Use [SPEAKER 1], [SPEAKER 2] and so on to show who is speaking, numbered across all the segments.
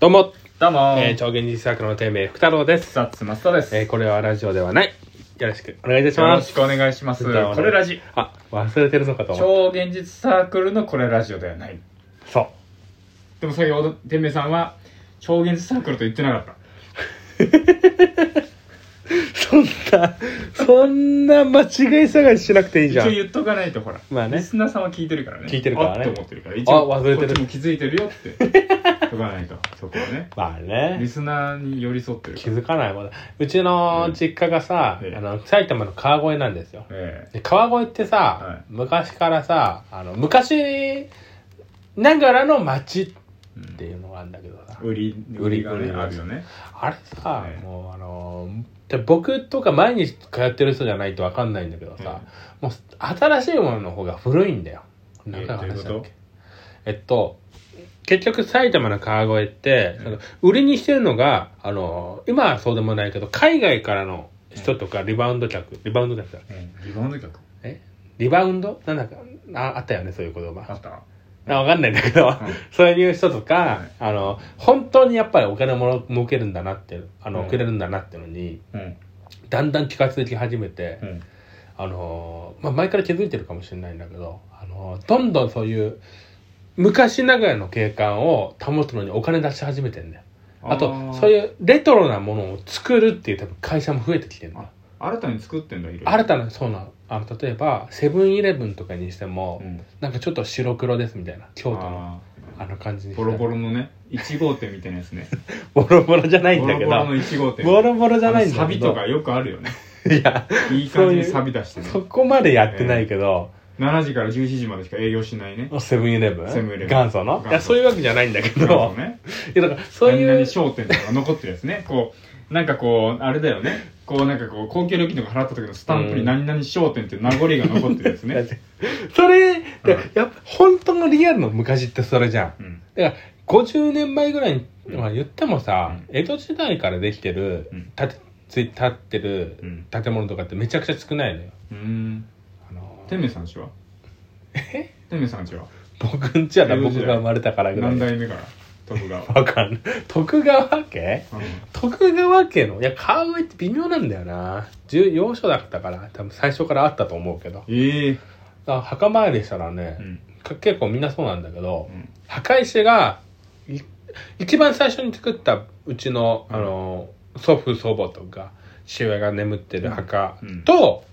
[SPEAKER 1] どうも、
[SPEAKER 2] どうもー
[SPEAKER 1] えー、超現実作の天命福太郎です。
[SPEAKER 2] さつまさです、
[SPEAKER 1] えー、これはラジオではない。よろしくお願いいたし
[SPEAKER 2] よろ
[SPEAKER 1] ま
[SPEAKER 2] し
[SPEAKER 1] す。
[SPEAKER 2] くお願いします。
[SPEAKER 1] 福太郎です
[SPEAKER 2] これラジ。
[SPEAKER 1] あ、忘れてるのかと思っ
[SPEAKER 2] 超現実サークルのこれラジオではない。
[SPEAKER 1] た。そう。
[SPEAKER 2] でも先ほど、てめさんは、超現実サークルと言ってなかった。
[SPEAKER 1] そんな、そんな間違い探ししなくていいじ
[SPEAKER 2] 一
[SPEAKER 1] ゃ
[SPEAKER 2] 応
[SPEAKER 1] ん。
[SPEAKER 2] 言っとかないとほら。
[SPEAKER 1] まあね
[SPEAKER 2] リスナーさんは聞いてるからね。
[SPEAKER 1] 聞いてるからね
[SPEAKER 2] あっと思ってるから。一
[SPEAKER 1] あ忘れてる
[SPEAKER 2] こっちも気づいてる よって。言っとかないと。そこはね。
[SPEAKER 1] まあ
[SPEAKER 2] リ
[SPEAKER 1] ね。
[SPEAKER 2] スナーに寄り添ってるか
[SPEAKER 1] 気
[SPEAKER 2] ら。
[SPEAKER 1] づかないもんだ。うちの実家がさ、
[SPEAKER 2] うん
[SPEAKER 1] あの、埼玉の川越なんですよ。
[SPEAKER 2] え
[SPEAKER 1] で川越ってさ、
[SPEAKER 2] はい
[SPEAKER 1] 昔からさ、あの、昔ながらの街っていうのがあるんだけどさ
[SPEAKER 2] え。売り、
[SPEAKER 1] 売り
[SPEAKER 2] がね、
[SPEAKER 1] 売り
[SPEAKER 2] あるよね。
[SPEAKER 1] あれさ、
[SPEAKER 2] ええ
[SPEAKER 1] もうあのーで僕とか毎日通ってる人じゃないとわかんないんだけどさ、もう新しいものの方が古いんだよ。
[SPEAKER 2] え
[SPEAKER 1] なんか話したっけ
[SPEAKER 2] どういうこと
[SPEAKER 1] えっと、結局埼玉の川越って、
[SPEAKER 2] ええ
[SPEAKER 1] その売りにしてるのが、あのー今はそうでもないけど、海外からの人とかリバウンド客、リバウンド客だ
[SPEAKER 2] ええリバウンド客。
[SPEAKER 1] えリバウンドなんだかあ、あったよね、そういう言
[SPEAKER 2] あ
[SPEAKER 1] 葉。
[SPEAKER 2] ったは
[SPEAKER 1] あわかんないんだけど、
[SPEAKER 2] い
[SPEAKER 1] そういう人とか、
[SPEAKER 2] はい
[SPEAKER 1] あの、本当にやっぱりお金も儲けるんだなって、あの、
[SPEAKER 2] うん
[SPEAKER 1] くれるんだなってのに、
[SPEAKER 2] うん。
[SPEAKER 1] だんだん気が付き始めて、
[SPEAKER 2] うん。
[SPEAKER 1] あのー、まあ、前から気づいてるかもしれないんだけど、あのー、どんどんそういう、昔ながらの景観を保つのにお金出し始めてんだよ。あと、そう
[SPEAKER 2] う。
[SPEAKER 1] いうレトロなものを作るっていう多分会社も増えてきてるんだよ
[SPEAKER 2] あ。新たに作ってんだ、いろいろ
[SPEAKER 1] 新たな、そうなの。あの、例えば、セブンイレブンとかにしても、
[SPEAKER 2] うん。
[SPEAKER 1] なんかちょっと白黒ですみたいな、京都の
[SPEAKER 2] あ
[SPEAKER 1] あの感じに
[SPEAKER 2] ー
[SPEAKER 1] して
[SPEAKER 2] ボロボロのね1号店みたいなやつね
[SPEAKER 1] ボロボロじゃないん
[SPEAKER 2] ボ
[SPEAKER 1] だ
[SPEAKER 2] ロ
[SPEAKER 1] け
[SPEAKER 2] ボ
[SPEAKER 1] ど
[SPEAKER 2] ロ。の1号店
[SPEAKER 1] ボロボロじゃないん
[SPEAKER 2] あ
[SPEAKER 1] だ
[SPEAKER 2] のサビ
[SPEAKER 1] け
[SPEAKER 2] と
[SPEAKER 1] ど。
[SPEAKER 2] かよくある よね
[SPEAKER 1] いや、
[SPEAKER 2] いい感じ
[SPEAKER 1] そうい
[SPEAKER 2] に
[SPEAKER 1] う
[SPEAKER 2] サビ出してね
[SPEAKER 1] そこまでやってないけど、
[SPEAKER 2] 7時から17時までしか営業しないね
[SPEAKER 1] セブンイレブン
[SPEAKER 2] セブンイレブン
[SPEAKER 1] 元祖のい
[SPEAKER 2] 元
[SPEAKER 1] や、
[SPEAKER 2] 祖
[SPEAKER 1] そういうわけじゃないんだけ
[SPEAKER 2] なるほ
[SPEAKER 1] ど
[SPEAKER 2] ど。ね
[SPEAKER 1] いや、だから、
[SPEAKER 2] そ
[SPEAKER 1] そうう
[SPEAKER 2] いうあんないに
[SPEAKER 1] う、
[SPEAKER 2] 商店とか残ってるやつねこうなんかこうあれだよねこうなんかこう高級料金とか払った時のスタンプ
[SPEAKER 1] う
[SPEAKER 2] に
[SPEAKER 1] ん
[SPEAKER 2] 何々商店っていう名残が残ってる やつ
[SPEAKER 1] だっ
[SPEAKER 2] ね
[SPEAKER 1] てそれ、やっぱ、本当のリアルの昔ってそれじゃん。
[SPEAKER 2] うん
[SPEAKER 1] だから、50年前ぐらいに、
[SPEAKER 2] うん
[SPEAKER 1] まあ言ってもさ、
[SPEAKER 2] う
[SPEAKER 1] 江戸時代からできてる
[SPEAKER 2] うん、
[SPEAKER 1] 建て、つい、建ってる
[SPEAKER 2] うん
[SPEAKER 1] 建物とかってめちゃくちゃ少ないのよ。
[SPEAKER 2] うーん
[SPEAKER 1] あの
[SPEAKER 2] てめさんちはえてめさんちは
[SPEAKER 1] 僕んちはな
[SPEAKER 2] 江戸時
[SPEAKER 1] 僕
[SPEAKER 2] 代
[SPEAKER 1] が生まれたからぐらい
[SPEAKER 2] 何。代目から徳 川
[SPEAKER 1] わかんない。徳川家
[SPEAKER 2] うん
[SPEAKER 1] 徳川家の、いや、川越って微妙なんだよな。重要所だったから、多分最初からあったと思うけど。
[SPEAKER 2] ええ
[SPEAKER 1] あ墓参りしたらね
[SPEAKER 2] う、ん
[SPEAKER 1] か結構みんなそうなんだけど
[SPEAKER 2] う、ん
[SPEAKER 1] 墓石が、い一番最初に作ったうちの、
[SPEAKER 2] うん
[SPEAKER 1] あの、祖父祖母とか、父親が眠ってる墓
[SPEAKER 2] うん
[SPEAKER 1] と、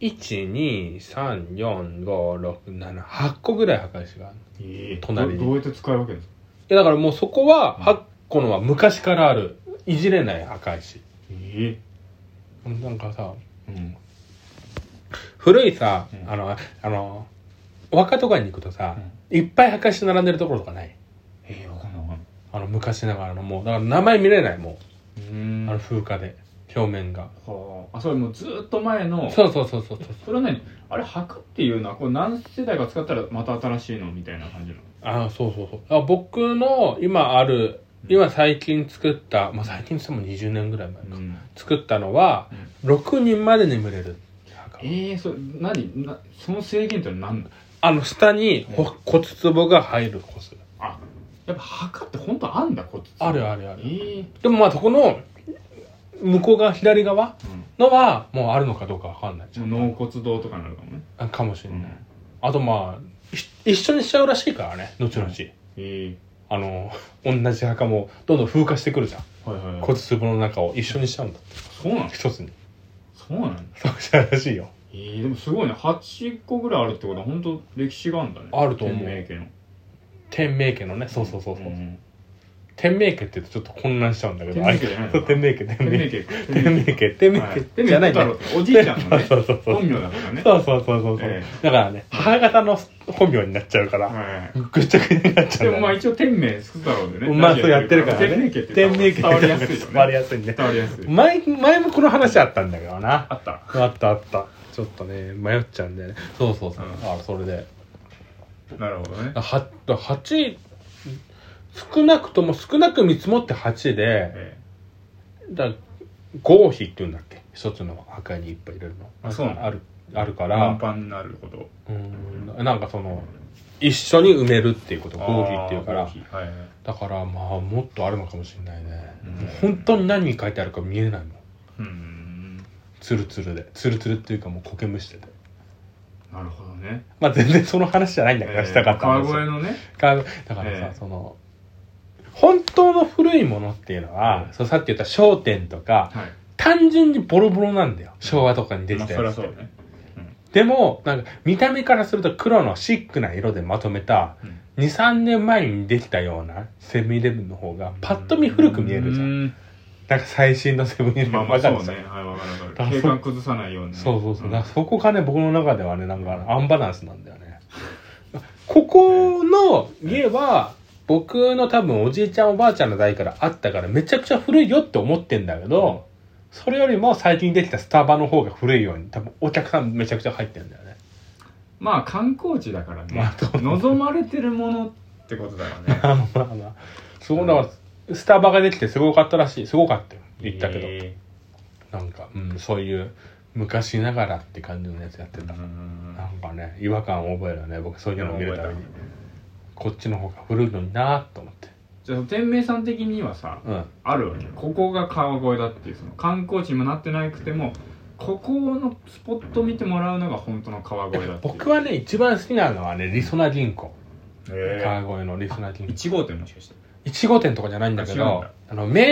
[SPEAKER 1] 1、2、3、4、5、6、7、8個ぐらい墓石がある。
[SPEAKER 2] ええ
[SPEAKER 1] 隣に
[SPEAKER 2] どどうやって使うわけですか
[SPEAKER 1] いや、だからもうそこは、
[SPEAKER 2] うん
[SPEAKER 1] 8個のは昔からある、いじれない墓石。
[SPEAKER 2] え
[SPEAKER 1] なんかさ、
[SPEAKER 2] えうん
[SPEAKER 1] 古いさ、
[SPEAKER 2] うん
[SPEAKER 1] あの、あの、お墓とかに行くとさ
[SPEAKER 2] う、
[SPEAKER 1] いっぱい墓石並んでるところとかない
[SPEAKER 2] ええわかんないわかんない
[SPEAKER 1] あの、昔ながらのもう、だから名前見れないも
[SPEAKER 2] う
[SPEAKER 1] う、
[SPEAKER 2] ーん
[SPEAKER 1] あの風化で、表面が。
[SPEAKER 2] はああそれもうずーっと前の
[SPEAKER 1] そうそうそうそうそう。
[SPEAKER 2] それは何あれ墓っていうのはこう何世代か使ったらまた新しいのみたいな感じなの
[SPEAKER 1] あそうそうそう。あ僕の今ある、今最近作った、まあ、最近しても20年ぐらい前か。
[SPEAKER 2] うん
[SPEAKER 1] 作ったのは、6人まで眠れる墓。
[SPEAKER 2] ええそれ何なその制限ってのは何なの
[SPEAKER 1] あの、下にほ骨壺が入るコス。
[SPEAKER 2] あやっぱ墓って本当あんだこっち
[SPEAKER 1] あるあるある。
[SPEAKER 2] ええ
[SPEAKER 1] でもまあ、そこの、向こう側、左側のは、もうあるのかどうかわかんないじゃん。
[SPEAKER 2] もう納骨堂とかになるかもね、
[SPEAKER 1] あかもしれ
[SPEAKER 2] う
[SPEAKER 1] ない。
[SPEAKER 2] ん
[SPEAKER 1] あとまあ、い一緒にしちゃうらしいからね、後々。
[SPEAKER 2] え
[SPEAKER 1] あの、同じ墓もどんどん風化してくるじゃん。
[SPEAKER 2] えはいはいはい
[SPEAKER 1] 骨壺の中を一緒にしちゃうんだって。
[SPEAKER 2] そうなの
[SPEAKER 1] 一つに。
[SPEAKER 2] そうなの
[SPEAKER 1] そうしちゃうらしいよ。
[SPEAKER 2] ええでもすごいね8個ぐらいあるってことは本当歴史があるんだね
[SPEAKER 1] あると思う
[SPEAKER 2] 天明家の
[SPEAKER 1] 天明家のね、そうそうそうそう。
[SPEAKER 2] ん
[SPEAKER 1] 天明家って言うとちょっと混乱しちゃうんだけど、
[SPEAKER 2] 天明家じゃないの
[SPEAKER 1] あれ天明家、天
[SPEAKER 2] 天
[SPEAKER 1] 明
[SPEAKER 2] 明
[SPEAKER 1] 家。
[SPEAKER 2] 家か
[SPEAKER 1] 天明家、天明
[SPEAKER 2] はい
[SPEAKER 1] 家じゃないんだよ。
[SPEAKER 2] 天明家太郎っておじいちゃんのね
[SPEAKER 1] そうそうそう。
[SPEAKER 2] 本名だからね
[SPEAKER 1] そうそうそうそう。
[SPEAKER 2] え
[SPEAKER 1] だからね、母方の本名になっちゃうから、
[SPEAKER 2] は
[SPEAKER 1] ぐちゃぐちゃになっ
[SPEAKER 2] い
[SPEAKER 1] ちゃ
[SPEAKER 2] で
[SPEAKER 1] う
[SPEAKER 2] も
[SPEAKER 1] か
[SPEAKER 2] まあ
[SPEAKER 1] ら。
[SPEAKER 2] 一応天明福太郎でね
[SPEAKER 1] まあそうやってるからね。
[SPEAKER 2] 天明家って
[SPEAKER 1] 天
[SPEAKER 2] 言
[SPEAKER 1] 明
[SPEAKER 2] っ
[SPEAKER 1] 家って
[SPEAKER 2] たら伝わりやすいよね
[SPEAKER 1] 伝わりやすいね。
[SPEAKER 2] 伝わりや
[SPEAKER 1] 前、
[SPEAKER 2] すい
[SPEAKER 1] 前もこの話あったんだけどな。
[SPEAKER 2] あった
[SPEAKER 1] あったあった。ちょっとね、迷っちゃうんだよね。そうそうそう。
[SPEAKER 2] うん
[SPEAKER 1] あそれで。
[SPEAKER 2] なるほどね
[SPEAKER 1] は、8、少なくとも少なく見積もって8で、
[SPEAKER 2] え
[SPEAKER 1] だ合否って言うんだっけ一つの墓にいっぱい入れるの。
[SPEAKER 2] あそうなの
[SPEAKER 1] ある、あるか
[SPEAKER 2] え満
[SPEAKER 1] ら、
[SPEAKER 2] 帆になるほど
[SPEAKER 1] うん、なんかその、一緒に埋めるっていうこと合議っていうから
[SPEAKER 2] 合議はいはい
[SPEAKER 1] だからまあもっとあるのかもしれないね、
[SPEAKER 2] うん
[SPEAKER 1] 本当に何に書いてあるか見えないもん
[SPEAKER 2] うん
[SPEAKER 1] ツルツルでツルツルっていうかもう苔むしてて
[SPEAKER 2] なるほどね
[SPEAKER 1] まあ全然その話じゃないんだけど、
[SPEAKER 2] えー
[SPEAKER 1] したかった
[SPEAKER 2] 川
[SPEAKER 1] 話
[SPEAKER 2] 越のね
[SPEAKER 1] 川越だからさ、
[SPEAKER 2] ええ
[SPEAKER 1] その本当の古いものっていうのは、
[SPEAKER 2] うん
[SPEAKER 1] そうさっき言った商店とか
[SPEAKER 2] はい
[SPEAKER 1] 単純にボロボロなんだよ昭和とかにでき
[SPEAKER 2] まあ
[SPEAKER 1] た
[SPEAKER 2] そり
[SPEAKER 1] や
[SPEAKER 2] ゃ
[SPEAKER 1] つって
[SPEAKER 2] そうね
[SPEAKER 1] でもなんか見た目からすると黒のシックな色でまとめた
[SPEAKER 2] うん
[SPEAKER 1] 23年前にできたようなセブンイレブンの方がパッと見古く見えるじゃん
[SPEAKER 2] う
[SPEAKER 1] なんか最新のセブンイレブン
[SPEAKER 2] まあまあ
[SPEAKER 1] わ
[SPEAKER 2] そ
[SPEAKER 1] か
[SPEAKER 2] う
[SPEAKER 1] るじゃん
[SPEAKER 2] ねはいわかるわ
[SPEAKER 1] だ
[SPEAKER 2] か
[SPEAKER 1] から
[SPEAKER 2] る
[SPEAKER 1] そう
[SPEAKER 2] 景観崩さないようにね
[SPEAKER 1] そうそうそう、
[SPEAKER 2] ん
[SPEAKER 1] だからそこがね僕の中ではねなんかアンバランスなんだよねここの家は僕の多分おじいちゃんおばあちゃんの代からあったからめちゃくちゃ古いよって思ってんだけど、それよりも最近できたスタバの方が古いように多分お客さんめちゃくちゃ入ってるんだよね
[SPEAKER 2] まあ観光地だからね、
[SPEAKER 1] まあそう
[SPEAKER 2] 望まれてるものってことだよ ね
[SPEAKER 1] まあまあまあそこだからスタバができてすごかったらしいすごかったよ行ったけど、
[SPEAKER 2] え
[SPEAKER 1] なんか、うん、そういう昔ながらって感じのやつやって
[SPEAKER 2] ー
[SPEAKER 1] た、
[SPEAKER 2] うん
[SPEAKER 1] なんかね違和感を覚えるね僕そういうのを見るために
[SPEAKER 2] 覚え
[SPEAKER 1] こっちの方が古いのになぁと思って。
[SPEAKER 2] たじゃあ店名さん的にはさ
[SPEAKER 1] うん。
[SPEAKER 2] あるわけここが川越だっていうその観光地にもなってなくてもここのスポット見てもらうのが本当の川越だっていう
[SPEAKER 1] 僕はね、一番好きなのはね、りそな銀行。
[SPEAKER 2] へ
[SPEAKER 1] 川越のりそな銀
[SPEAKER 2] え
[SPEAKER 1] 行。
[SPEAKER 2] 1号店もしかして
[SPEAKER 1] 1号店とかじゃないんだけ
[SPEAKER 2] あ違うん
[SPEAKER 1] ど
[SPEAKER 2] だ、
[SPEAKER 1] あの、明、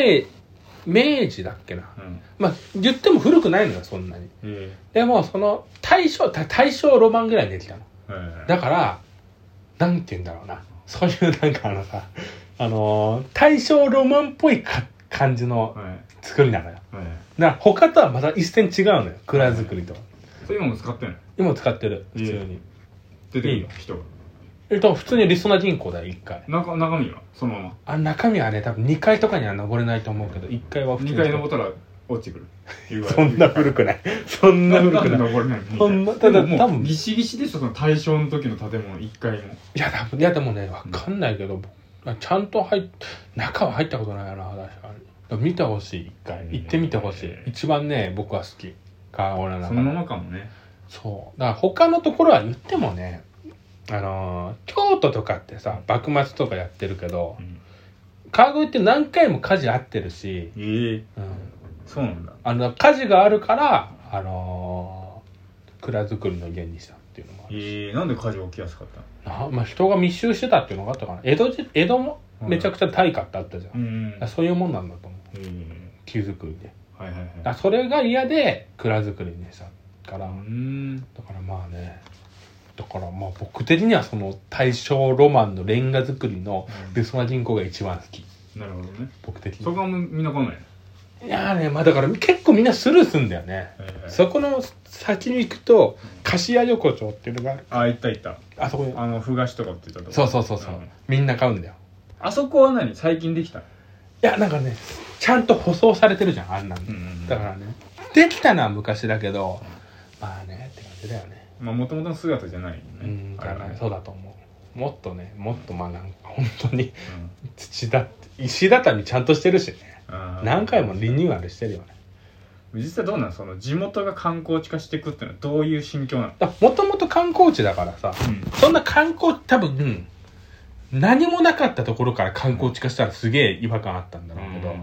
[SPEAKER 1] 明治だっけな。
[SPEAKER 2] うん
[SPEAKER 1] まあ、言っても古くないのよ、そんなに。
[SPEAKER 2] え
[SPEAKER 1] でも、その、大正、た大正ロマンぐらいにできたの。
[SPEAKER 2] えー
[SPEAKER 1] だから、なんて言うんだろうな。そういうなんかあのさ、あのー大正ロマンっぽいか感じの
[SPEAKER 2] はい
[SPEAKER 1] 作りなのよ。
[SPEAKER 2] はい
[SPEAKER 1] だから他とはまた一線違うのよ、蔵作りとは。
[SPEAKER 2] それ今も使ってんの
[SPEAKER 1] 今使ってる、普通に。
[SPEAKER 2] 出て
[SPEAKER 1] いい
[SPEAKER 2] る
[SPEAKER 1] よ
[SPEAKER 2] の人が
[SPEAKER 1] えっと、普通にリソナ銀行だよ、1階。
[SPEAKER 2] 中中身はそのまま
[SPEAKER 1] あ、中身はね、多分2階とかには登れないと思うけど、1階は普通
[SPEAKER 2] 2
[SPEAKER 1] に。
[SPEAKER 2] 階登ったら落ちてくるっていうぐらい
[SPEAKER 1] そんな古くない。 そんな
[SPEAKER 2] な
[SPEAKER 1] 古
[SPEAKER 2] な
[SPEAKER 1] く
[SPEAKER 2] んで
[SPEAKER 1] ない。
[SPEAKER 2] 登れないの
[SPEAKER 1] そんな
[SPEAKER 2] でも
[SPEAKER 1] ただ
[SPEAKER 2] もう
[SPEAKER 1] 多分
[SPEAKER 2] ギシギシでしょその大正の時の建物一階も
[SPEAKER 1] いや、多分、いや、でもね、わかんないけど、ちゃんと入っ、中は入ったことないよな、確かに。でも見てほしい、1階。行ってみてほしい。一番ね、僕は好き。川越の中
[SPEAKER 2] その
[SPEAKER 1] で
[SPEAKER 2] ままかもね
[SPEAKER 1] そう。だから他のところは言ってもね、あのー京都とかってさ、幕末とかやってるけど、川越って何回も火事あってるし、
[SPEAKER 2] ええ
[SPEAKER 1] うん。
[SPEAKER 2] そうなんだ
[SPEAKER 1] あの火事があるからあのー蔵造りの家にしたっていうのもあるし、
[SPEAKER 2] ええなんで火事起きやすかったの
[SPEAKER 1] なまあ、人が密集してたっていうのがあったかな江戸時江戸もめちゃくちゃ大火ってあったじゃん、
[SPEAKER 2] うん
[SPEAKER 1] だからそういうもんなんだと思う
[SPEAKER 2] ええ
[SPEAKER 1] 木造りで
[SPEAKER 2] はいはい
[SPEAKER 1] だか
[SPEAKER 2] はい
[SPEAKER 1] らそれが嫌で蔵造りにしたから、
[SPEAKER 2] うん
[SPEAKER 1] だからまあねだからまあ僕的にはその大正ロマンのレンガ造りのルソナ銀行が一番好き
[SPEAKER 2] なるほどね
[SPEAKER 1] 僕的
[SPEAKER 2] そ
[SPEAKER 1] に
[SPEAKER 2] こはもうみんな来ないの
[SPEAKER 1] いやーねまあだから結構みんなスルーすんだよねそこの先に行くと菓屋横丁っていうのがある
[SPEAKER 2] あ行った行った
[SPEAKER 1] あそこに
[SPEAKER 2] あのふ菓子とか売ってたとこ
[SPEAKER 1] そうそうそうそう、
[SPEAKER 2] ん
[SPEAKER 1] みんな買うんだよ
[SPEAKER 2] あそこは何最近できた
[SPEAKER 1] いやなんかねちゃんと舗装されてるじゃんあんなん、
[SPEAKER 2] ん
[SPEAKER 1] だからねできたのは昔だけどまあねって感じだよね
[SPEAKER 2] まあもともとの姿じゃないよ
[SPEAKER 1] う
[SPEAKER 2] ね
[SPEAKER 1] ん
[SPEAKER 2] あれはね
[SPEAKER 1] そうだと思うもっとねもっとまあなんか本当に
[SPEAKER 2] うん
[SPEAKER 1] 土だって石畳ちゃんとしてるしね
[SPEAKER 2] あー
[SPEAKER 1] 何回もリニューアルしてるよね
[SPEAKER 2] 実際どうなのその地元が観光地化していくっていうのはどういう心境なの
[SPEAKER 1] もともと観光地だからさそんな観光多分、何もなかったところから観光地化したらすげえ違和感あったんだろうけど、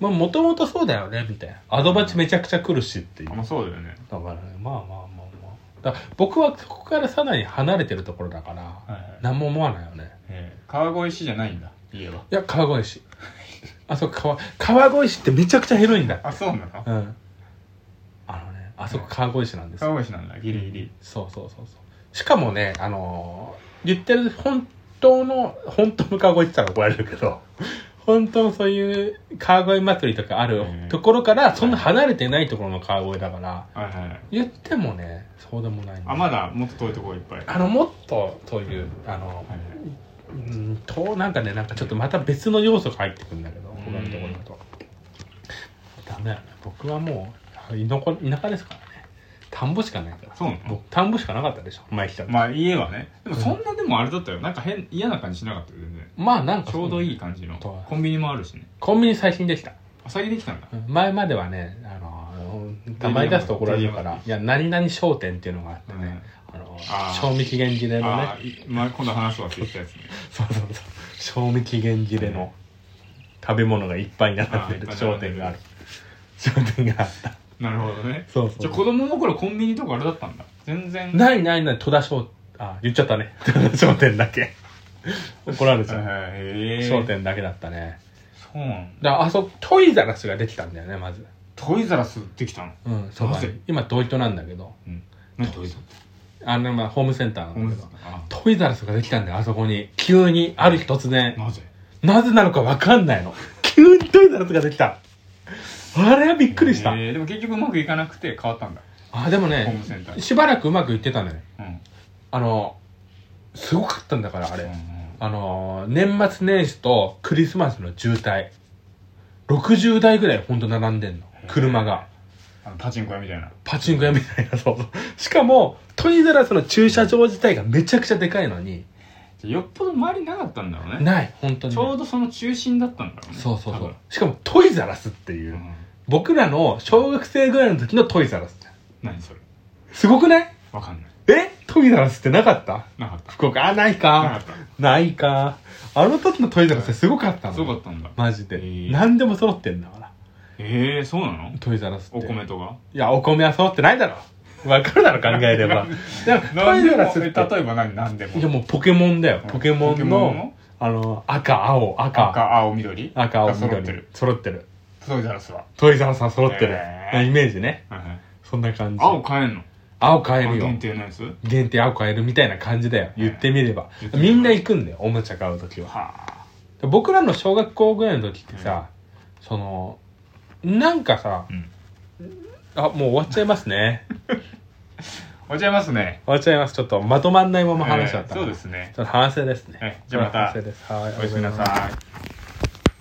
[SPEAKER 1] まあもともとそうだよねみたいなアドバンチめちゃくちゃ来るしっていう
[SPEAKER 2] あ
[SPEAKER 1] だ
[SPEAKER 2] まあそうだよね
[SPEAKER 1] からねまあまあまあまあだから僕はそこからさらに離れてるところだから、
[SPEAKER 2] はいはい
[SPEAKER 1] 何も思わないよね
[SPEAKER 2] ええ川越市じゃないんだ家はい
[SPEAKER 1] や川越 市あそこ川川越市ってめちゃくちゃ広いんだ
[SPEAKER 2] あそうなの
[SPEAKER 1] うんあのねあそこ川越市なんですよ
[SPEAKER 2] 川越市なんだギリギリ
[SPEAKER 1] そうそうそうそうしかもねあのー言ってる本当の本当の川越って言ったら怒られるけど 本当のそういう川越祭りとかある
[SPEAKER 2] うん
[SPEAKER 1] ところからそんな離れてないところの川越だから
[SPEAKER 2] はいはい
[SPEAKER 1] 言ってもねそうでもないんだ
[SPEAKER 2] あまだもっと遠いところいっぱいはい
[SPEAKER 1] あのもっとそういうあの
[SPEAKER 2] はい
[SPEAKER 1] うんとなんかねなんかちょっとまた別の要素が入ってくるんだけど他のところだとダメだね僕はもう田舎田舎ですからね田んぼしかないから
[SPEAKER 2] そうなの
[SPEAKER 1] 僕田んぼしかなかったでしょ前来た時
[SPEAKER 2] まあ家はねでもそんなでもあれだったよなんか変嫌な感じしなかったよ全然
[SPEAKER 1] まあなんか
[SPEAKER 2] ちょうどいい感じの
[SPEAKER 1] そう
[SPEAKER 2] コンビニもあるしね
[SPEAKER 1] コンビニ最新できた
[SPEAKER 2] あ先できたんだ
[SPEAKER 1] 前まではねあの名前出すと怒られるからいや何々商店っていうのがあってね、あの
[SPEAKER 2] あー
[SPEAKER 1] 賞味期限切れのね
[SPEAKER 2] あーいまあ、今度話す忘れてたやつね。
[SPEAKER 1] そうそうそう賞味期限切れの食べ物がいっぱい並んでる
[SPEAKER 2] あー
[SPEAKER 1] 商店がある商店があった
[SPEAKER 2] なるほどね。
[SPEAKER 1] そう
[SPEAKER 2] じ
[SPEAKER 1] そ
[SPEAKER 2] ゃあ
[SPEAKER 1] う
[SPEAKER 2] 子供の頃コンビニとかあれだったんだ。全然。
[SPEAKER 1] ないないない戸田商あ言っちゃった ね戸田商店だけ怒られちゃう、
[SPEAKER 2] へえ。
[SPEAKER 1] 商店だけだったね
[SPEAKER 2] そうなんだ。
[SPEAKER 1] だからあそこトイザらスができたんだよねまず
[SPEAKER 2] トイザらスできたの
[SPEAKER 1] うんそう
[SPEAKER 2] なぜ
[SPEAKER 1] 今ドイトなんだけど
[SPEAKER 2] うん。何トイザラ
[SPEAKER 1] あのまあホームセンター
[SPEAKER 2] ス
[SPEAKER 1] なんだけど
[SPEAKER 2] あ
[SPEAKER 1] トイザらスができたんだよあそこに急にある日突然
[SPEAKER 2] なぜ
[SPEAKER 1] なぜなのかわかんないの急にトイザらスができたあれはびっくりした、
[SPEAKER 2] へーでも結局うまくいかなくて変わったんだ。
[SPEAKER 1] あでも
[SPEAKER 2] ホー
[SPEAKER 1] ね
[SPEAKER 2] ムセンターに。
[SPEAKER 1] しばらくうまくいってたのよ
[SPEAKER 2] うん。うん
[SPEAKER 1] あのすごかったんだからあれ
[SPEAKER 2] うん
[SPEAKER 1] あの年末年始とクリスマスの渋滞60台ぐらいほんと並んでんの車が
[SPEAKER 2] あのパチンコ屋みたいな。
[SPEAKER 1] パチンコ屋みたいなそうそうしかもトイザらスの駐車場自体がめちゃくちゃでかいのに
[SPEAKER 2] じゃあよっぽど周りなかったんだろうね。
[SPEAKER 1] ない本当に
[SPEAKER 2] ち
[SPEAKER 1] ね、
[SPEAKER 2] ょうどその中心だったんだろうね。
[SPEAKER 1] そうそう
[SPEAKER 2] 多
[SPEAKER 1] そ
[SPEAKER 2] 分
[SPEAKER 1] う。しかもトイザらスっていうう、
[SPEAKER 2] ん
[SPEAKER 1] 僕らの小学生ぐらいの時のトイザらス
[SPEAKER 2] 何それ
[SPEAKER 1] すごくない
[SPEAKER 2] わかんない。
[SPEAKER 1] えトイザラスってなかった
[SPEAKER 2] なかった。
[SPEAKER 1] 福岡あない
[SPEAKER 2] なか
[SPEAKER 1] か
[SPEAKER 2] った。
[SPEAKER 1] ないかあの時のトイザラスってすごかったの
[SPEAKER 2] すごかったんだ。
[SPEAKER 1] マジで、
[SPEAKER 2] えー
[SPEAKER 1] 何でも揃ってんだから
[SPEAKER 2] ええー、そうなの
[SPEAKER 1] トイザラスって
[SPEAKER 2] お米とか
[SPEAKER 1] いやお米は揃ってないだろわかるだろ考えれ ばでもトイザラスっ
[SPEAKER 2] え
[SPEAKER 1] て
[SPEAKER 2] 例えば何何でも
[SPEAKER 1] いやもうポケモンだよ
[SPEAKER 2] うん
[SPEAKER 1] ポケモ
[SPEAKER 2] ポケ
[SPEAKER 1] ン
[SPEAKER 2] モ
[SPEAKER 1] の
[SPEAKER 2] ンの
[SPEAKER 1] あの赤青赤赤
[SPEAKER 2] 赤青緑
[SPEAKER 1] 青
[SPEAKER 2] が揃
[SPEAKER 1] 緑
[SPEAKER 2] ってる
[SPEAKER 1] 揃ってる
[SPEAKER 2] トイザラスは、
[SPEAKER 1] トイザラスは揃ってる、
[SPEAKER 2] えー
[SPEAKER 1] イメージねそんな感じ
[SPEAKER 2] 青買えんの
[SPEAKER 1] 青買えるよ
[SPEAKER 2] 限定のやつは
[SPEAKER 1] 限定青買えるみたいな感じだよ言ってみれば
[SPEAKER 2] 言ってみれ
[SPEAKER 1] み
[SPEAKER 2] ば
[SPEAKER 1] んな行くんだよおもちゃ買う時は
[SPEAKER 2] あ
[SPEAKER 1] 僕らの小学校ぐらいの時ってさ、そのなんかさ、
[SPEAKER 2] うん
[SPEAKER 1] あもう終わっちゃいますね終
[SPEAKER 2] おちゃいますね
[SPEAKER 1] わっちゃいますちょっとまとまんないまま話しちゃった、
[SPEAKER 2] えーそうですね
[SPEAKER 1] ちょっと反省ですね
[SPEAKER 2] はいじゃあまた
[SPEAKER 1] 反省ですはい
[SPEAKER 2] おやすみなさい